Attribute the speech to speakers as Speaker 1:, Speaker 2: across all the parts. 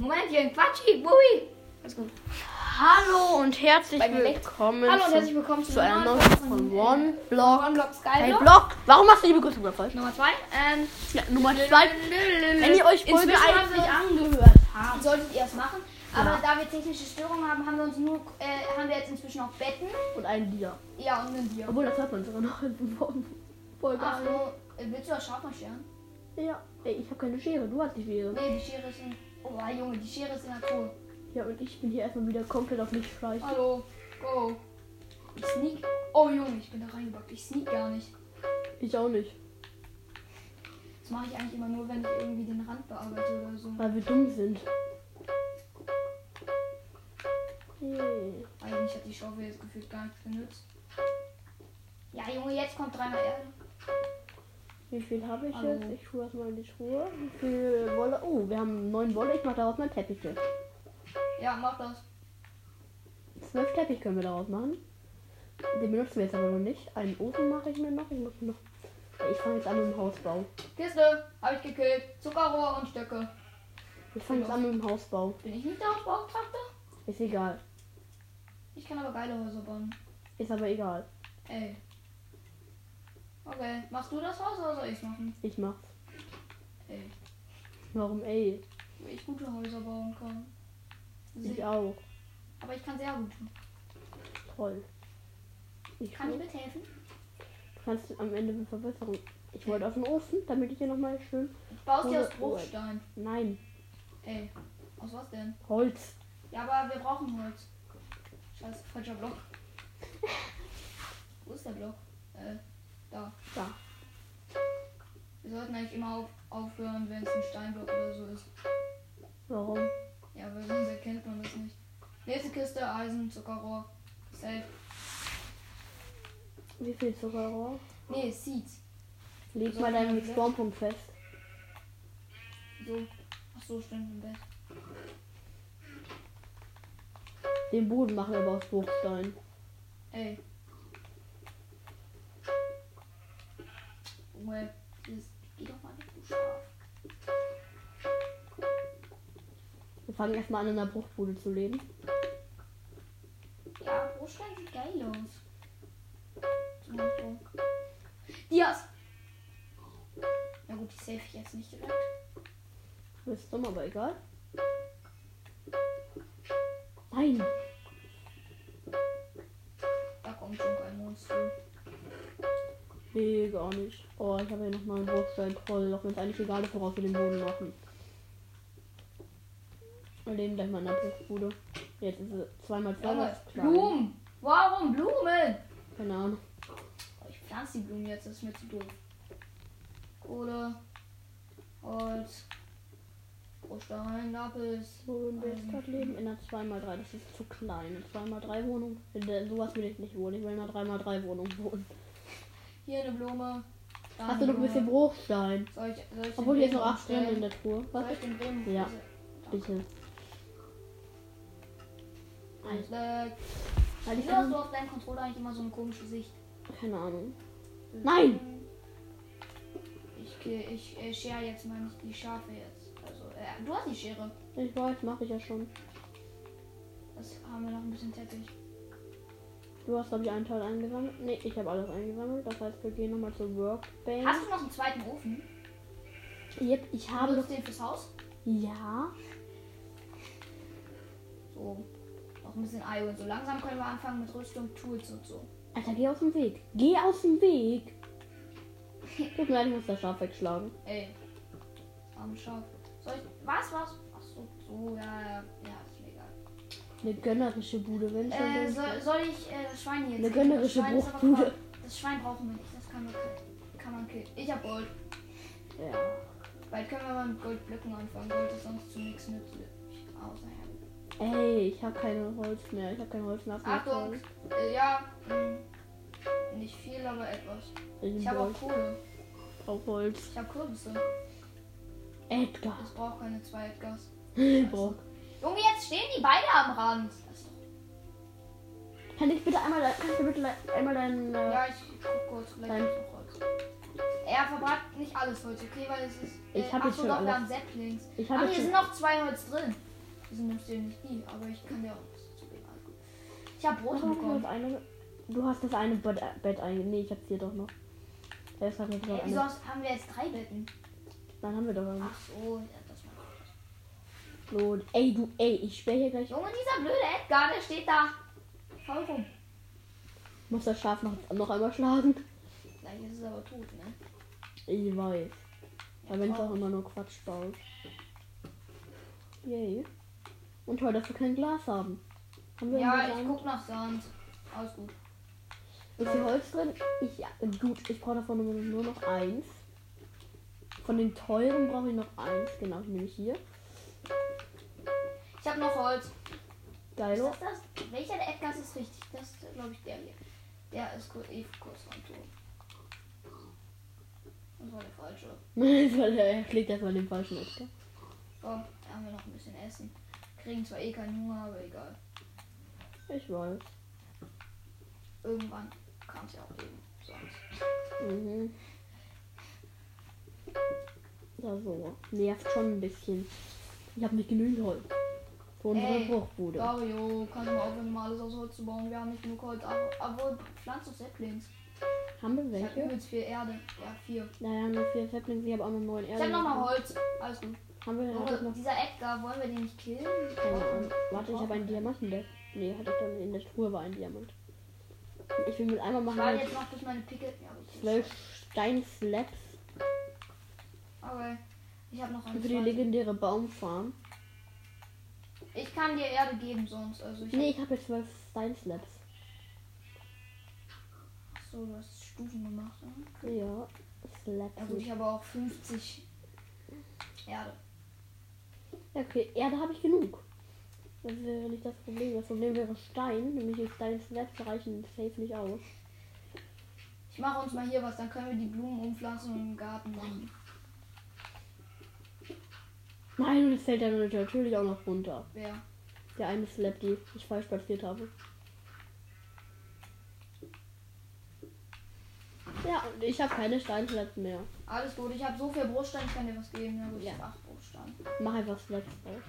Speaker 1: Momentchen, Quatschi, Bubi. Alles gut.
Speaker 2: Hallo und herzlich
Speaker 1: Bei mir links.
Speaker 2: willkommen
Speaker 1: Hallo und
Speaker 2: zu-
Speaker 1: herzlich willkommen
Speaker 2: zu einer neuen Folge von One Block.
Speaker 1: One Block
Speaker 2: Hey
Speaker 1: Skyblock.
Speaker 2: Block, warum machst du die Begrüßung mal falsch?
Speaker 1: Nummer 2. Ähm,
Speaker 2: Ja, Nummer zwei.
Speaker 1: Wenn
Speaker 2: Wenn ihr euch Folge
Speaker 1: haben
Speaker 2: 1
Speaker 1: wir euch angehört haben, solltet ihr es machen. Aber
Speaker 2: Ja.
Speaker 1: da wir technische Störungen haben, haben wir uns nur, äh, haben wir jetzt inzwischen auch Betten.
Speaker 2: und ein Dia.
Speaker 1: Ja, und ein Bier.
Speaker 2: Obwohl, das hört man sogar noch in Folge
Speaker 1: Ach,
Speaker 2: eins.
Speaker 1: so, äh, willst du das Schaf mal scheren?
Speaker 2: Ja, ey, ich habe keine Schere, du hast die Schere.
Speaker 1: Nee, die Schere ist in. Oh, Junge, die Schere ist in der Truhe.
Speaker 2: Ja, und ich bin hier erstmal wieder komplett auf mich frei.
Speaker 1: Hallo, go. Ich sneak. Oh, Junge, ich bin da reingebackt. Ich sneak gar nicht.
Speaker 2: Ich auch nicht,
Speaker 1: Das mache ich eigentlich immer nur, wenn ich irgendwie den Rand bearbeite oder so.
Speaker 2: weil wir dumm sind. Hey.
Speaker 1: Eigentlich hat Also die Schaufel jetzt gefühlt gar nichts genützt. Ja, Junge, jetzt kommt dreimal Erde.
Speaker 2: Wie viel habe ich
Speaker 1: Hallo.
Speaker 2: jetzt? Ich tue erstmal in die Truhe. Wie viel Wolle? Oh, wir haben neun Wolle. Ich mache daraus mein Teppich jetzt.
Speaker 1: Ja, mach das.
Speaker 2: Zwölf Teppich können wir daraus machen. Den benutzen wir jetzt aber noch nicht. Einen Ofen mache ich mir noch. Ich muss noch. Ich fange jetzt an mit dem Hausbau.
Speaker 1: Kiste, habe ich gekillt. Zuckerrohr und Stöcke.
Speaker 2: Ich fange jetzt an mit dem Hausbau.
Speaker 1: Bin ich nicht der Hausbeauftragte?
Speaker 2: Ist egal.
Speaker 1: Ich kann aber geile Häuser bauen.
Speaker 2: Ist aber egal.
Speaker 1: Ey. Okay, machst du das Haus oder soll ich machen?
Speaker 2: Ich mach's.
Speaker 1: Ey,
Speaker 2: Warum ey?
Speaker 1: wo ich gute Häuser bauen kann.
Speaker 2: Ich
Speaker 1: Sehr,
Speaker 2: auch.
Speaker 1: aber ich kann sehr gut.
Speaker 2: Toll. Ich
Speaker 1: Kann ich
Speaker 2: du
Speaker 1: mithelfen?
Speaker 2: kannst am Ende mit Verbesserung. Ich wollte auf den Ofen, damit ich hier nochmal schön.
Speaker 1: Ich baue dir aus
Speaker 2: Ohne Ohr.
Speaker 1: Bruchstein.
Speaker 2: Nein.
Speaker 1: Ey, aus was denn?
Speaker 2: Holz.
Speaker 1: Ja, aber wir brauchen Holz. Scheiße, falscher Block. wo ist der Block? Äh, da.
Speaker 2: Da.
Speaker 1: Wir sollten eigentlich immer auf, aufhören, wenn es ein Steinblock oder so ist.
Speaker 2: Warum?
Speaker 1: Ja, weil sonst erkennt man das nicht. Nächste Kiste, Eisen, Zuckerrohr. Safe.
Speaker 2: Wie viel Zuckerrohr?
Speaker 1: Nee, Seeds.
Speaker 2: Leg mal deinen Spawnpunkt fest.
Speaker 1: So. Ach so, stimmt im Bett.
Speaker 2: Den Boden machen wir aber aus Bruchstein.
Speaker 1: Ey. Well, dieses. Geh doch mal weg, du Schaf.
Speaker 2: Wir fangen erstmal an in der Bruchbude zu leben.
Speaker 1: Ja, Bruchstein sieht geil aus. Zum Beispiel. Dias! Na gut, die safe ich jetzt nicht direkt.
Speaker 2: Das ist dumm, aber egal. Nein,
Speaker 1: Da kommt schon kein Monster.
Speaker 2: nee, gar nicht. Oh, ich habe hier nochmal einen Bruchstein. Toll, doch mir ist eigentlich egal, ist, woraus wir den Boden machen. Wir leben gleich mal in der Bruchbude. Jetzt ist es zweimal zwei
Speaker 1: Junge,
Speaker 2: das ist klein.
Speaker 1: Blumen! Warum Blumen?
Speaker 2: Keine Ahnung.
Speaker 1: Aber Ich pflanze die Blumen jetzt, das ist mir zu doof. Kohle, Holz, Bruchstein, Lapis.
Speaker 2: Wo würden wir jetzt gerade leben? In einer 2x3. Das ist zu klein. Eine 2x3 Wohnung. In der, sowas will ich nicht wohnen. Ich will in einer 3x3 Wohnung wohnen.
Speaker 1: Hier eine Blume. da
Speaker 2: Hast du noch ein
Speaker 1: Blume.
Speaker 2: bisschen Bruchstein?
Speaker 1: Soll ich, soll ich
Speaker 2: Obwohl
Speaker 1: den
Speaker 2: hier ist noch
Speaker 1: Bremen
Speaker 2: 8 Sterne in
Speaker 1: umstellen?
Speaker 2: der Truhe. Was?
Speaker 1: Soll ich den Bremen
Speaker 2: Ja.
Speaker 1: umstellen?
Speaker 2: Bitte.
Speaker 1: Und, äh,
Speaker 2: Weil ich
Speaker 1: Wieso hast du auf deinem Controller eigentlich immer so ein komisches Gesicht?
Speaker 2: Keine Ahnung. Nein!
Speaker 1: Ich, ge- ich, äh, schere jetzt mal nicht die Schafe jetzt. Also, äh, du hast die Schere.
Speaker 2: Ich weiß, mache ich ja schon.
Speaker 1: Das haben wir noch ein bisschen Teppich.
Speaker 2: Du hast, glaube ich, einen Teil eingesammelt. Nee, ich habe alles eingesammelt. Das heißt, wir gehen nochmal zur Workbench.
Speaker 1: Hast du noch einen zweiten Ofen?
Speaker 2: Yep, ich habe
Speaker 1: Benutzt
Speaker 2: doch.
Speaker 1: den fürs Haus?
Speaker 2: Ja.
Speaker 1: So. Noch ein bisschen Ei und so. Langsam können wir anfangen mit Rüstung, Tools und so.
Speaker 2: Alter, geh aus dem Weg. Geh aus dem Weg. Tut mir leid, ich muss das Schaf wegschlagen.
Speaker 1: Ey. Am Schaf. Soll ich. Was, was? Ach so, so, ja, ja. Ja, ist mir egal.
Speaker 2: Eine gönnerische Bude, wenn schon.
Speaker 1: Äh,
Speaker 2: denn
Speaker 1: soll,
Speaker 2: schon.
Speaker 1: soll ich äh, das Schwein jetzt?
Speaker 2: Eine
Speaker 1: killen? Das
Speaker 2: gönnerische
Speaker 1: Schwein ist aber
Speaker 2: Bruchbude.
Speaker 1: qua- Das Schwein brauchen wir nicht. Das kann man killen. Kann man killen. Ich hab Gold.
Speaker 2: ja.
Speaker 1: Bald können wir mal mit Goldblöcken anfangen. Gold ist sonst zu nichts nützlich. Außer ja.
Speaker 2: Ey, ich habe kein Holz mehr. Ich habe kein Holz mehr.
Speaker 1: Achtung! Äh, ja. Mh, nicht viel, aber etwas. Ich
Speaker 2: Ich
Speaker 1: habe
Speaker 2: habe
Speaker 1: auch Kohle.
Speaker 2: auch Holz.
Speaker 1: Ich habe Kürbisse.
Speaker 2: Edgar.
Speaker 1: Ich brauche keine zwei Edgars.
Speaker 2: Ich brauch-
Speaker 1: Junge, jetzt stehen die beide am Rand. Das ist doch-
Speaker 2: Kann ich bitte einmal, kannst du bitte le- einmal deinen. Äh,
Speaker 1: Ja, ich guck kurz. Vielleicht
Speaker 2: Nein.
Speaker 1: ist noch Holz. Er verbrannt nicht alles Holz, okay? Weil es ist.
Speaker 2: Ich hab jetzt
Speaker 1: achso,
Speaker 2: schon
Speaker 1: doch, wir
Speaker 2: alles.
Speaker 1: haben Saplings.
Speaker 2: Ich
Speaker 1: Aber
Speaker 2: habe
Speaker 1: hier sind noch zwei Holz drin. Das nimmst du dir nicht nie, aber ich kann dir auch was zu geben. Also, ich habe Brot
Speaker 2: Ach, du, hast
Speaker 1: bekommen.
Speaker 2: eine, du hast das eine Bett, äh, Bett einge... Nee, ich hab's hier doch noch. Da ist halt noch
Speaker 1: Hey,
Speaker 2: eine.
Speaker 1: wieso hast- haben wir jetzt drei Betten?
Speaker 2: Dann haben wir doch einen.
Speaker 1: Ach so, ja, das war
Speaker 2: Lot. Ey, du, ey, ich sperre hier gleich.
Speaker 1: Junge, dieser blöde Edgar, der steht da. Faul rum.
Speaker 2: Ich muss das Schaf noch, noch einmal schlagen.
Speaker 1: Gleich ist es aber tot, ne?
Speaker 2: Ich weiß. Aber wenn es auch immer nur Quatsch baut. Yay. Und toll, dass wir kein Glas haben. Haben wir
Speaker 1: Ja,
Speaker 2: irgendwo
Speaker 1: ich
Speaker 2: Sand?
Speaker 1: guck nach Sand. Alles gut.
Speaker 2: Ist hier Holz drin? Ich, ja, gut, ich brauche davon nur- nur noch eins. Von den teuren brauche ich noch eins. Genau, die nehme ich hier.
Speaker 1: Ich habe noch Holz. Ist
Speaker 2: Geilo.
Speaker 1: das das? Welcher der Edgars ist richtig? Das ist, glaube ich, der hier. Der ist kurz, eh kurz vom Turm. Das war der falsche.
Speaker 2: er schlägt erstmal den falschen ne? Ecke.
Speaker 1: Komm, da haben wir noch ein bisschen Essen. Kriegen zwar eh keinen Hunger, aber egal.
Speaker 2: Ich weiß.
Speaker 1: Irgendwann kam es ja auch eben. Sonst.
Speaker 2: Mhm. Ja, so. Also, Nervt schon ein bisschen. Ich habe nicht genügend Holz. Für unsere
Speaker 1: Ey,
Speaker 2: Bruchbude.
Speaker 1: Dario, kannst du mal aufhören, mal alles aus Holz zu bauen? Wir haben nicht genug Holz. Aber, obwohl, pflanzt doch Saplings.
Speaker 2: Haben wir
Speaker 1: Ich habe
Speaker 2: welche?
Speaker 1: übelst viel Erde. Ja, vier.
Speaker 2: Naja, haben wir vier Saplings. Ich habe auch noch neun
Speaker 1: Ich habe
Speaker 2: Erden.
Speaker 1: nochmal Holz. Alles gut.
Speaker 2: Haben wir hab ich
Speaker 1: Junge,
Speaker 2: noch?
Speaker 1: dieser Edgar, wollen wir den nicht killen?
Speaker 2: Keine Ahnung. Warte, ich habe einen Diamanten. Der, nee, hatte ich dann in der Truhe war ein Diamant. Ich will mit einmal
Speaker 1: Ich
Speaker 2: machen
Speaker 1: warte
Speaker 2: halt
Speaker 1: jetzt noch bis meine Pickel. Ja, aber ich
Speaker 2: zwölf Steinslabs
Speaker 1: Aber ich habe noch einen.
Speaker 2: für die
Speaker 1: zweiten.
Speaker 2: legendäre Baumfarm.
Speaker 1: Ich kann dir Erde geben sonst. Also ich
Speaker 2: Nee, ich habe jetzt zwölf Steinslabs.
Speaker 1: hab so du hast Stufen gemacht. Ne?
Speaker 2: Ja,
Speaker 1: Ja gut, Also ich
Speaker 2: Slabs.
Speaker 1: habe auch 50 Erde.
Speaker 2: Ja, okay, Erde habe ich genug. Das wäre nicht das Problem. Das Problem wäre Stein. Nämlich die Steinslabs reichen safe nicht aus.
Speaker 1: Ich mache uns mal hier was, dann können wir die Blumen umpflanzen und im Garten machen.
Speaker 2: Nein, und es fällt dann natürlich auch noch runter.
Speaker 1: Wer?
Speaker 2: Der eine Slab, die ich falsch platziert habe. Ja, und ich habe keine Steinslabs mehr.
Speaker 1: Alles gut, ich habe so viel Brotstein, ich kann dir was geben. Na gut,
Speaker 2: Ja.
Speaker 1: ich hab 8 Brotstein.
Speaker 2: Mach einfach Slabs drauf.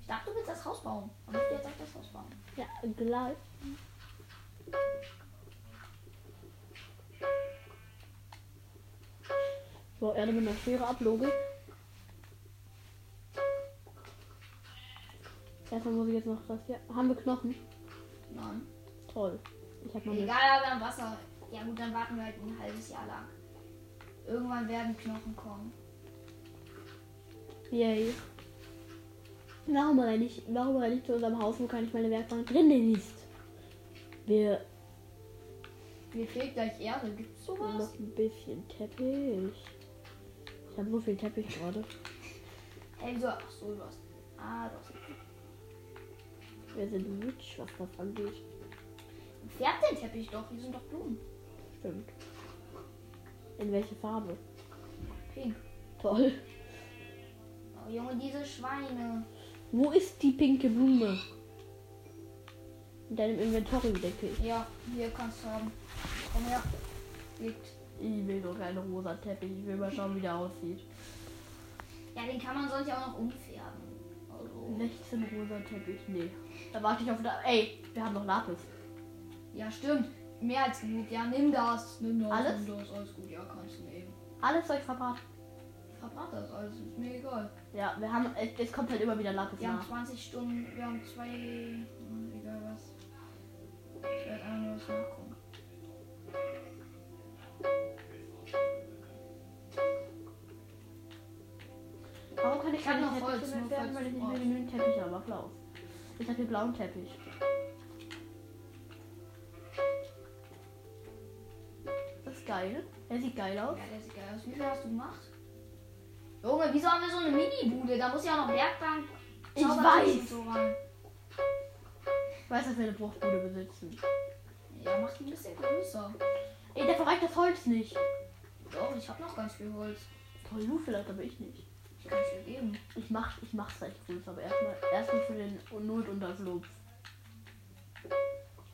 Speaker 1: Ich dachte, du willst das Haus bauen. Aber ich will jetzt auch das Haus bauen.
Speaker 2: Ja, gleich. So, Erde mit einer Schere ab, Logik. Erstmal muss ich jetzt noch das hier. Haben wir Knochen?
Speaker 1: Nein.
Speaker 2: Toll. Ich hab noch eine.
Speaker 1: Egal, aber am Wasser. Ja gut, dann warten wir halt ein halbes Jahr lang. Irgendwann werden Knochen kommen.
Speaker 2: Yay. Warum renne ich, warum renne ich zu unserem Haus, wo kann ich meine Werkbank drinnen ist? Wir
Speaker 1: Mir fehlt gleich Erde. Gibt's sowas?
Speaker 2: noch ein bisschen Teppich. Ich habe so viel Teppich gerade.
Speaker 1: Hey, wieso? Ach so, du hast. Ah, du hast.
Speaker 2: Wir sind rich, was das angeht.
Speaker 1: Färb den Teppich doch, hier sind doch Blumen.
Speaker 2: Stimmt. In welche Farbe?
Speaker 1: Pink.
Speaker 2: Toll.
Speaker 1: Oh, Junge, diese Schweine.
Speaker 2: Wo ist die pinke Blume? In deinem Inventory, denke ich.
Speaker 1: Ja, hier kannst du haben. Komm her. Liegt.
Speaker 2: Ich will doch keinen rosa Teppich. Ich will mal schauen, wie der aussieht.
Speaker 1: Ja, den kann man sonst ja auch noch umfärben. Also.
Speaker 2: 16 rosa Teppich? Nee. Da warte ich auf... La Ey, wir haben noch Lapis.
Speaker 1: Ja, stimmt. Mehr als genug. Ja, nimm das. Nimm das.
Speaker 2: Alles?
Speaker 1: Nimm das. Alles gut. Ja, kannst du nehmen.
Speaker 2: Alles Zeug verbraten.
Speaker 1: Verbrat das alles. Ist mir egal.
Speaker 2: Ja, wir haben... Es, es kommt halt immer wieder Lapis
Speaker 1: Wir haben
Speaker 2: nach.
Speaker 1: 20 Stunden. Wir haben zwei. hm, Egal was. Ich werde einfach nur was nachgucken.
Speaker 2: Warum kann ich
Speaker 1: Ich hab
Speaker 2: keine
Speaker 1: noch Holz,
Speaker 2: Teppiche mehr
Speaker 1: nur
Speaker 2: werden,
Speaker 1: falls
Speaker 2: weil ich
Speaker 1: du
Speaker 2: nicht mehr
Speaker 1: brauchst.
Speaker 2: genügend Teppich habe? Applaus. Ich habe hier blauen Teppich. Das ist geil. Er sieht geil aus.
Speaker 1: Ja, der sieht geil aus. Wie viel hast du gemacht? Junge, wieso haben wir so eine Mini-Bude? Da muss ja auch noch Werkbank.
Speaker 2: Ich
Speaker 1: Zaubertisch und
Speaker 2: weiß.
Speaker 1: So rein.
Speaker 2: Ich weiß, dass wir eine Bruchbude besitzen.
Speaker 1: Ja, mach die ein bisschen größer.
Speaker 2: Ey, dafür reicht das Holz nicht.
Speaker 1: Doch, ich hab noch ganz viel Holz.
Speaker 2: Toll, du vielleicht, aber ich nicht.
Speaker 1: Ich kann es dir geben.
Speaker 2: Ich mach, ich mach's gleich größer, aber erstmal erstmal für den Notunterschlupf.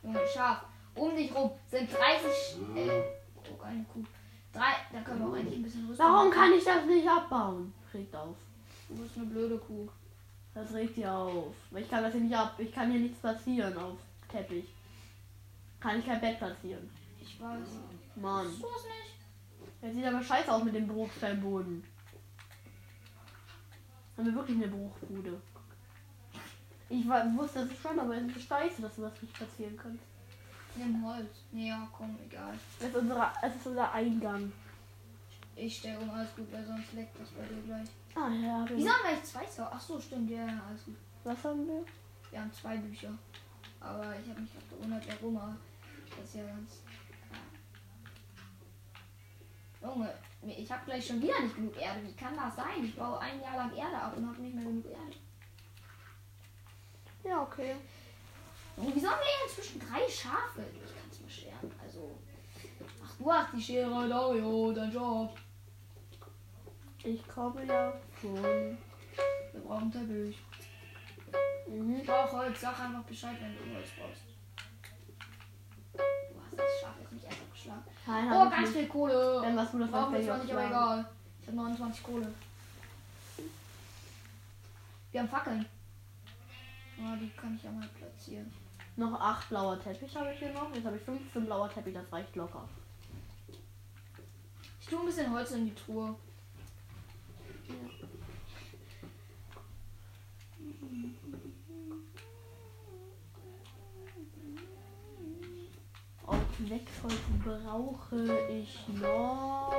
Speaker 1: Junge, Schaf. Um dich rum sind 30. Sch- Äh, oh, eine Kuh. Drei. Da können wir auch eigentlich ein bisschen rüsten.
Speaker 2: Warum kann ich das nicht abbauen? Regt auf.
Speaker 1: Du bist eine blöde Kuh.
Speaker 2: Das regt ja auf. Aber Ich kann das hier nicht ab. Ich kann hier nichts platzieren auf Teppich. Kann ich kein Bett platzieren.
Speaker 1: Ich weiß.
Speaker 2: Mann.
Speaker 1: Hast du es nicht?
Speaker 2: Das sieht aber scheiße aus mit dem Bruchsteinboden. Haben wir wirklich eine Bruchbude. Ich wa- wusste das schon, aber es ist scheiße, dass du das nicht platzieren kannst.
Speaker 1: Nimm Holz. Nee, ja, komm, egal.
Speaker 2: Das ist, unsere, das ist unser Eingang.
Speaker 1: Ich stelle um alles gut, weil sonst leckt das bei dir gleich.
Speaker 2: Ah ja,
Speaker 1: Wieso
Speaker 2: wir,
Speaker 1: haben wir jetzt zwei Zau Ach so, stimmt, ja, ja, alles gut.
Speaker 2: was haben wir?
Speaker 1: Wir haben zwei Bücher. Aber ich habe mich gerade gewundert, warum, aber das ist ja ganz. Ja. äh, Junge, ich habe gleich schon wieder nicht genug Erde. Wie kann das sein? Ich baue ein Jahr lang Erde ab und habe nicht mehr genug Erde.
Speaker 2: Ja, okay.
Speaker 1: Junge, wieso haben wir hier inzwischen drei Schafe? Ich kann es mal scheren. Also. Ach, du hast die Schere, Dario, dein Job.
Speaker 2: Ich komme ja schon.
Speaker 1: Wir brauchen Teppich.
Speaker 2: Mhm.
Speaker 1: Ich brauche Holz. Sag einfach Bescheid, wenn du Holz brauchst. Du hast das Schaf jetzt nicht einfach geschlagen.
Speaker 2: Nein,
Speaker 1: Oh,
Speaker 2: hab ich
Speaker 1: ganz
Speaker 2: nicht.
Speaker 1: viel Kohle.
Speaker 2: Dann warst du das
Speaker 1: Brauchen wir
Speaker 2: Feld
Speaker 1: zwar nicht, aber
Speaker 2: aufgeschlagen.
Speaker 1: egal. Ich habe 29 Kohle. Wir haben Fackeln. Ja, die kann ich ja mal platzieren.
Speaker 2: Noch acht blauer Teppich habe ich hier noch. Jetzt habe ich 15 blauer Teppich, das reicht locker.
Speaker 1: Ich tue ein bisschen Holz in die Truhe.
Speaker 2: Auf Wechsholz brauche ich noch.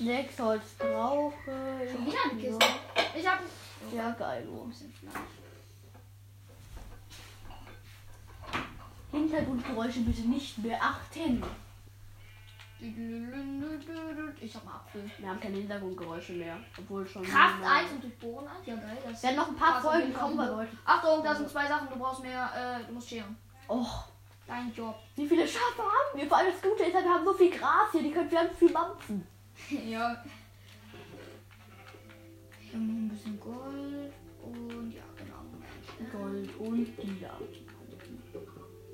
Speaker 2: Wechsholz brauche ich.
Speaker 1: Schon wieder eine Kiste.
Speaker 2: noch.
Speaker 1: Ich habe
Speaker 2: Ja, geil.
Speaker 1: ein
Speaker 2: oh.
Speaker 1: bisschen Fleisch.
Speaker 2: Hintergrundgeräusche bitte nicht beachten.
Speaker 1: Ich habe einen Apfel.
Speaker 2: Wir haben keine Hintergrundgeräusche mehr. Obwohl schon.
Speaker 1: Kraft 1 und durchbohren 1. Ja, geil. Das
Speaker 2: Wenn noch ein paar
Speaker 1: Krass,
Speaker 2: Folgen
Speaker 1: und
Speaker 2: kommen,
Speaker 1: durchbohren.
Speaker 2: wir Leute.
Speaker 1: Achtung, da sind zwei Sachen. Du brauchst mehr. Äh, du musst scheren.
Speaker 2: Och,
Speaker 1: Dein Job.
Speaker 2: wie viele Schafe haben wir? Vor allem das Gute ist, wir haben so viel Gras hier, die können wir haben viel mampfen.
Speaker 1: ja. Ich habe noch ein bisschen Gold. Und ja, genau.
Speaker 2: Gold und Lila.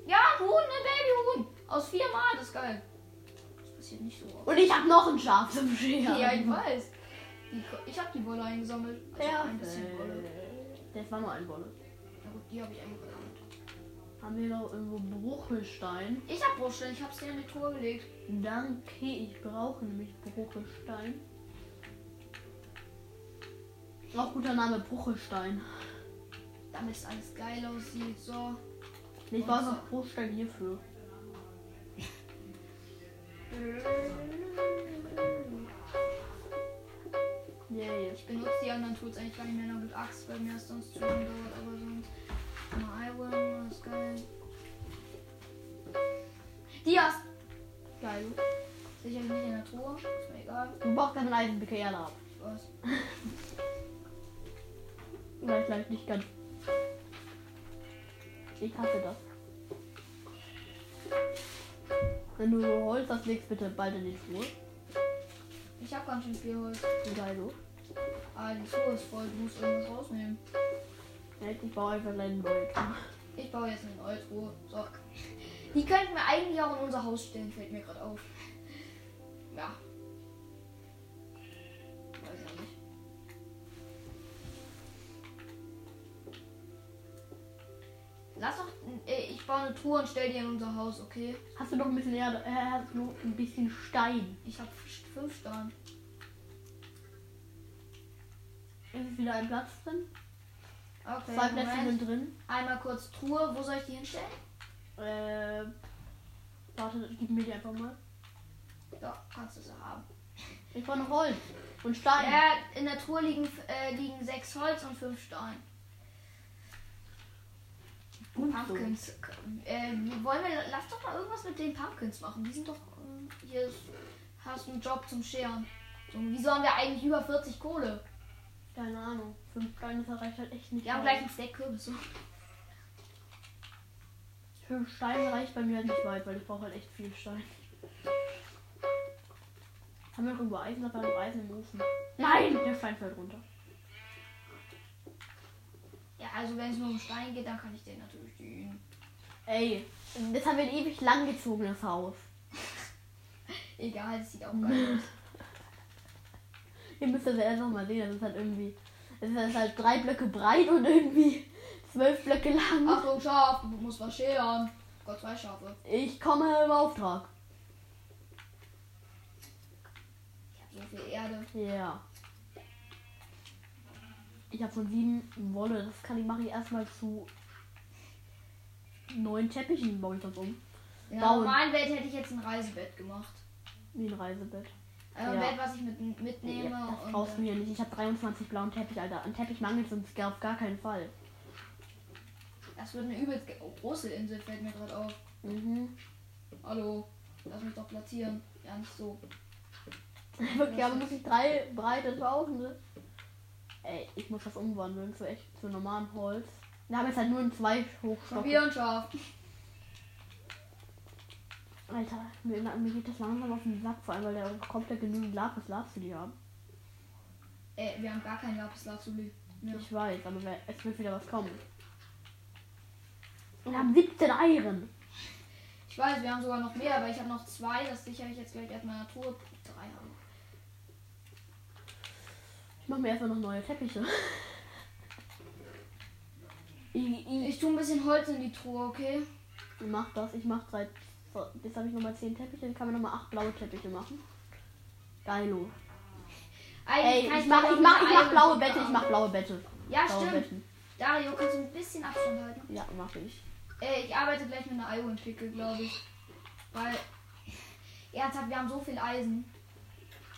Speaker 1: Ja, ein Huhn, ein Babyhuhn. Aus viermal, das ist geil. Das passiert nicht so oft.
Speaker 2: Und ich habe noch ein Schaf zum Scheren.
Speaker 1: Ja, ich weiß. Die, ich habe die Wolle eingesammelt. Also
Speaker 2: Ja. Äh,
Speaker 1: ein bisschen Wolle.
Speaker 2: Das war nur ein Wolle.
Speaker 1: Na gut, die habe ich eingesammelt.
Speaker 2: Haben wir noch irgendwo Bruchelstein?
Speaker 1: Ich habe Bruststellen, ich habe es dir in die Truhe gelegt.
Speaker 2: Danke, ich brauche nämlich Bruchelstein. Auch guter Name, Bruchelstein.
Speaker 1: Damit es alles geil aussieht. So.
Speaker 2: Ich brauche noch Bruchelstein hierfür. Ja, ja.
Speaker 1: Ich benutze die anderen Tools eigentlich gar nicht mehr, nur mit Axt, weil mir das sonst zu lange dauert. Aber sonst. Mal Iron, das ist geil. Dias! Geil. Sicherlich nicht in der Truhe, ist mir egal.
Speaker 2: Du brauchst keinen Eisenpicker, ja, da.
Speaker 1: Was?
Speaker 2: Oder vielleicht nicht ganz. Ich hasse das. Wenn du so Holz hast, legst bitte bald in die Truhe.
Speaker 1: Ich habe ganz schön viel Holz.
Speaker 2: Egal so.
Speaker 1: Ah, die Truhe ist voll, du musst irgendwas rausnehmen.
Speaker 2: Ja, Ich baue einfach einen neuen Turm.
Speaker 1: Ich baue jetzt eine neue Truhe. So. Die könnten wir eigentlich auch in unser Haus stellen, fällt mir gerade auf. Ja. Weiß ja nicht. Lass doch. äh, Ich baue eine Truhe und stell die in unser Haus, okay?
Speaker 2: Hast du noch ein bisschen Erde? Äh, hast du noch ein bisschen Stein?
Speaker 1: Ich habe fünf Steine.
Speaker 2: Ist es wieder ein Platz drin?
Speaker 1: Okay,
Speaker 2: Zwei Plätze
Speaker 1: Moment.
Speaker 2: sind drin.
Speaker 1: Einmal kurz Truhe. Wo soll ich die hinstellen?
Speaker 2: Äh, warte, gib mir die einfach mal.
Speaker 1: Ja, kannst du sie haben.
Speaker 2: Ich brauche noch Holz und Stein.
Speaker 1: Ja, in der Truhe liegen, äh, liegen sechs Holz und fünf Stein.
Speaker 2: Gut so.
Speaker 1: Pumpkins. Äh, wollen wir, lass doch mal irgendwas mit den Pumpkins machen. Die sind doch, äh, hier ist, hast einen Job zum Scheren. So, wieso haben wir eigentlich über 40 Kohle?
Speaker 2: Keine Ahnung. Fünf Steine das reicht halt echt nicht.
Speaker 1: Wir haben
Speaker 2: aus.
Speaker 1: gleich einen Stack Kürbisse.
Speaker 2: Fünf Steine reicht bei mir halt nicht weit, weil ich brauche halt echt viel Stein. Haben wir noch irgendwo Eisen? Da war noch Eisen im Ofen. Nein! Der Stein fällt runter.
Speaker 1: Ja, also wenn es nur um Stein geht, dann kann ich den natürlich dienen.
Speaker 2: Ey, das haben wir ein ewig lang gezogen, das Haus.
Speaker 1: Egal, das sieht auch geil aus.
Speaker 2: Ihr müsst das ja erst noch mal sehen. Das ist halt irgendwie. Das ist halt drei Blöcke breit und irgendwie zwölf Blöcke lang.
Speaker 1: Achtung, Schaf, du musst was scheren. Gott, zwei Schafe.
Speaker 2: Ich komme im Auftrag.
Speaker 1: Ich hab so viel Erde.
Speaker 2: Ja. Ich habe schon sieben Wolle. Das kann ich mache ich erstmal zu neun Teppichen baue ich das um.
Speaker 1: In der
Speaker 2: Bauen.
Speaker 1: normalen Welt hätte ich jetzt ein Reisebett gemacht.
Speaker 2: Wie ein Reisebett.
Speaker 1: Also
Speaker 2: Ja.
Speaker 1: ein Bett, was ich mit, mitnehme.
Speaker 2: Ja, das
Speaker 1: und,
Speaker 2: brauchst du mir nicht. Ich habe 23 blauen Teppich, Alter. An Teppich mangelt es uns gar- auf gar keinen Fall.
Speaker 1: Das wird eine übelst ge- oh, große Insel, fällt mir gerade auf.
Speaker 2: Mhm.
Speaker 1: Hallo, lass mich doch platzieren. Ja, nicht so.
Speaker 2: Wirklich, aber muss ich drei breite Tausende. Ey, ich muss das umwandeln zu echt zu normalem Holz. Wir haben jetzt halt nur in zwei
Speaker 1: Schon
Speaker 2: Hochstocken.
Speaker 1: wieder ein Schaf.
Speaker 2: Alter, mir, mir geht das langsam auf den Sack, vor allem weil da auch komplett genügend Lapis Lazuli haben.
Speaker 1: Ey, Äh, wir haben gar keinen Lapis Lazuli. Ja.
Speaker 2: Ich weiß, aber wer- es wird wieder was kommen. Wir haben 17 Eieren.
Speaker 1: Ich weiß, wir haben sogar noch mehr, aber ich habe noch zwei. Das sichere ich jetzt gleich erstmal in der Truhe. Drei haben wir.
Speaker 2: Ich mache mir erstmal noch neue Teppiche. Ich, ich,
Speaker 1: Ich tue ein bisschen Holz in die Truhe, okay?
Speaker 2: ich mach das. Ich mach drei. so, Jetzt habe ich nochmal 10 Teppiche, dann kann man nochmal 8 blaue Teppiche machen. Geilo. Ey,
Speaker 1: Eigentlich kann
Speaker 2: ich mach,
Speaker 1: doch
Speaker 2: ich mach, ich
Speaker 1: eine
Speaker 2: mach blaue
Speaker 1: Eisenbrücke
Speaker 2: Bette, ich
Speaker 1: haben.
Speaker 2: mach blaue Bette.
Speaker 1: Ja,
Speaker 2: Blaue
Speaker 1: stimmt.
Speaker 2: Betten.
Speaker 1: Dario, kannst du ein bisschen Abstand halten?
Speaker 2: Ja, mach ich.
Speaker 1: Äh, ich arbeite gleich mit einer Iron Pickel, glaube ich. Weil, ernsthaft, wir haben so viel Eisen.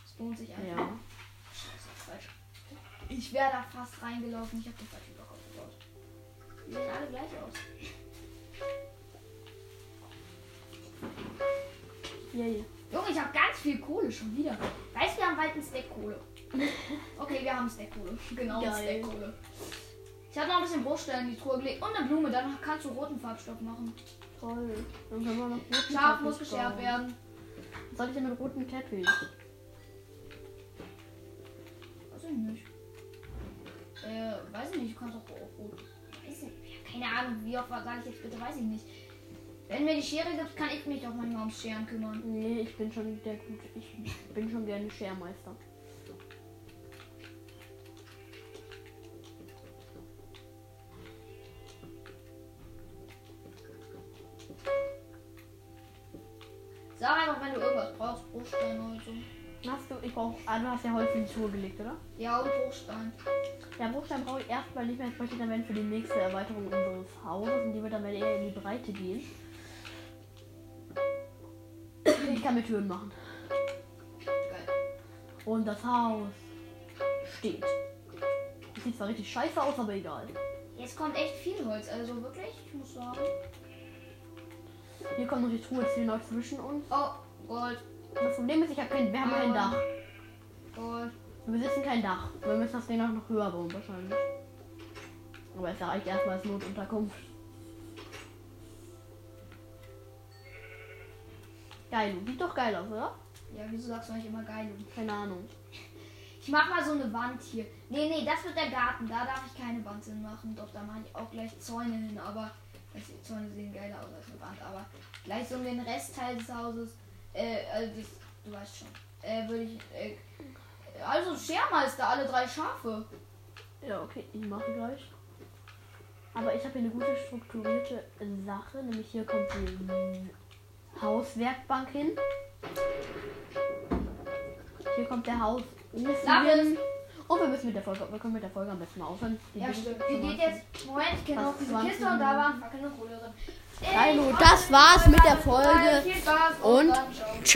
Speaker 1: Es lohnt sich einfach.
Speaker 2: Ja.
Speaker 1: Scheiße, falsch. Ich wäre da fast reingelaufen. Ich habe den falschen Block aufgebaut. Die sehen alle gleich aus.
Speaker 2: Yay.
Speaker 1: Junge, ich habe ganz viel Kohle schon wieder. Weißt du, wir haben bald einen Stack Kohle. Okay, wir haben einen Stack Kohle. Genau, einen
Speaker 2: Geil.
Speaker 1: Stack Kohle. Ich habe noch ein bisschen Bruchstellen in die Truhe gelegt und eine Blume. Danach kannst du roten Farbstoff machen.
Speaker 2: Toll. Dann können wir noch roten
Speaker 1: Schaf
Speaker 2: Teppich
Speaker 1: muss geschärft
Speaker 2: bauen.
Speaker 1: werden.
Speaker 2: Was soll ich denn mit roten Teppich?
Speaker 1: Weiß ich nicht. Äh, weiß ich nicht, du kannst auch auch rot. Weiß ich nicht. Keine Ahnung, wie oft sage ich jetzt bitte, weiß ich nicht. Wenn mir die Schere gibt, kann ich mich doch manchmal ums Scheren kümmern.
Speaker 2: Nee, ich bin schon der gut. Ich bin schon gerne Schermeister.
Speaker 1: Sag einfach, wenn du irgendwas brauchst, Bruchstein oder so.
Speaker 2: Hast du, ich brauch, ah, du hast ja Holz in die Schuhe gelegt, oder?
Speaker 1: Ja, und Bruchstein.
Speaker 2: Der Bruchstein brauche ich erstmal nicht mehr. Ich bräuchte dann wenn für die nächste Erweiterung unseres Hauses und die wird dann wenn eher in die Breite gehen. Ich kann mir Türen machen.
Speaker 1: Geil.
Speaker 2: Und das Haus steht. Das sieht zwar richtig scheiße aus, aber egal.
Speaker 1: Jetzt kommt echt viel Holz, also wirklich, ich muss sagen.
Speaker 2: Hier kommt noch die Truhe jetzt genau zwischen uns.
Speaker 1: Oh, Gold,
Speaker 2: Das Problem ist, ich hab kein, wir haben kein Dach.
Speaker 1: Gold.
Speaker 2: Wir besitzen kein Dach. Wir müssen das Ding auch noch höher bauen wahrscheinlich. Aber es reicht erstmal als Notunterkunft. Geil, sieht doch geil aus, oder?
Speaker 1: Ja, wieso sagst du eigentlich immer geil?
Speaker 2: Keine Ahnung.
Speaker 1: Ich mach mal so eine Wand hier. Nee, nee, das wird der Garten. Da darf ich keine Wand hin machen. Doch, da mache ich auch gleich Zäune hin. Aber das, die Zäune sehen geiler aus als eine Wand. Aber gleich so um den Restteil des Hauses. Äh, also das, du weißt schon. Äh, würde ich. Äh, also Schermeister, alle drei Schafe.
Speaker 2: Ja, okay, ich mache gleich. Aber ich habe hier eine gute strukturierte Sache, nämlich hier kommt die Hauswerkbank hin. Hier kommt der Hausofen.
Speaker 1: Labyrinth.
Speaker 2: Und Oh, wir müssen mit der Folge, wir können mit der Folge am besten mal aufhören. Die
Speaker 1: Ja,
Speaker 2: Dinge
Speaker 1: stimmt.
Speaker 2: zu
Speaker 1: Die
Speaker 2: machen.
Speaker 1: geht jetzt. Moment, ich kenne
Speaker 2: Fast
Speaker 1: auch diese
Speaker 2: 20
Speaker 1: Kiste und da waren fucking Kohle drin. Ey,
Speaker 2: Hallo,
Speaker 1: Gott,
Speaker 2: das war's mit der Folge
Speaker 1: Viel Spaß
Speaker 2: und
Speaker 1: dann ciao.
Speaker 2: Ciao.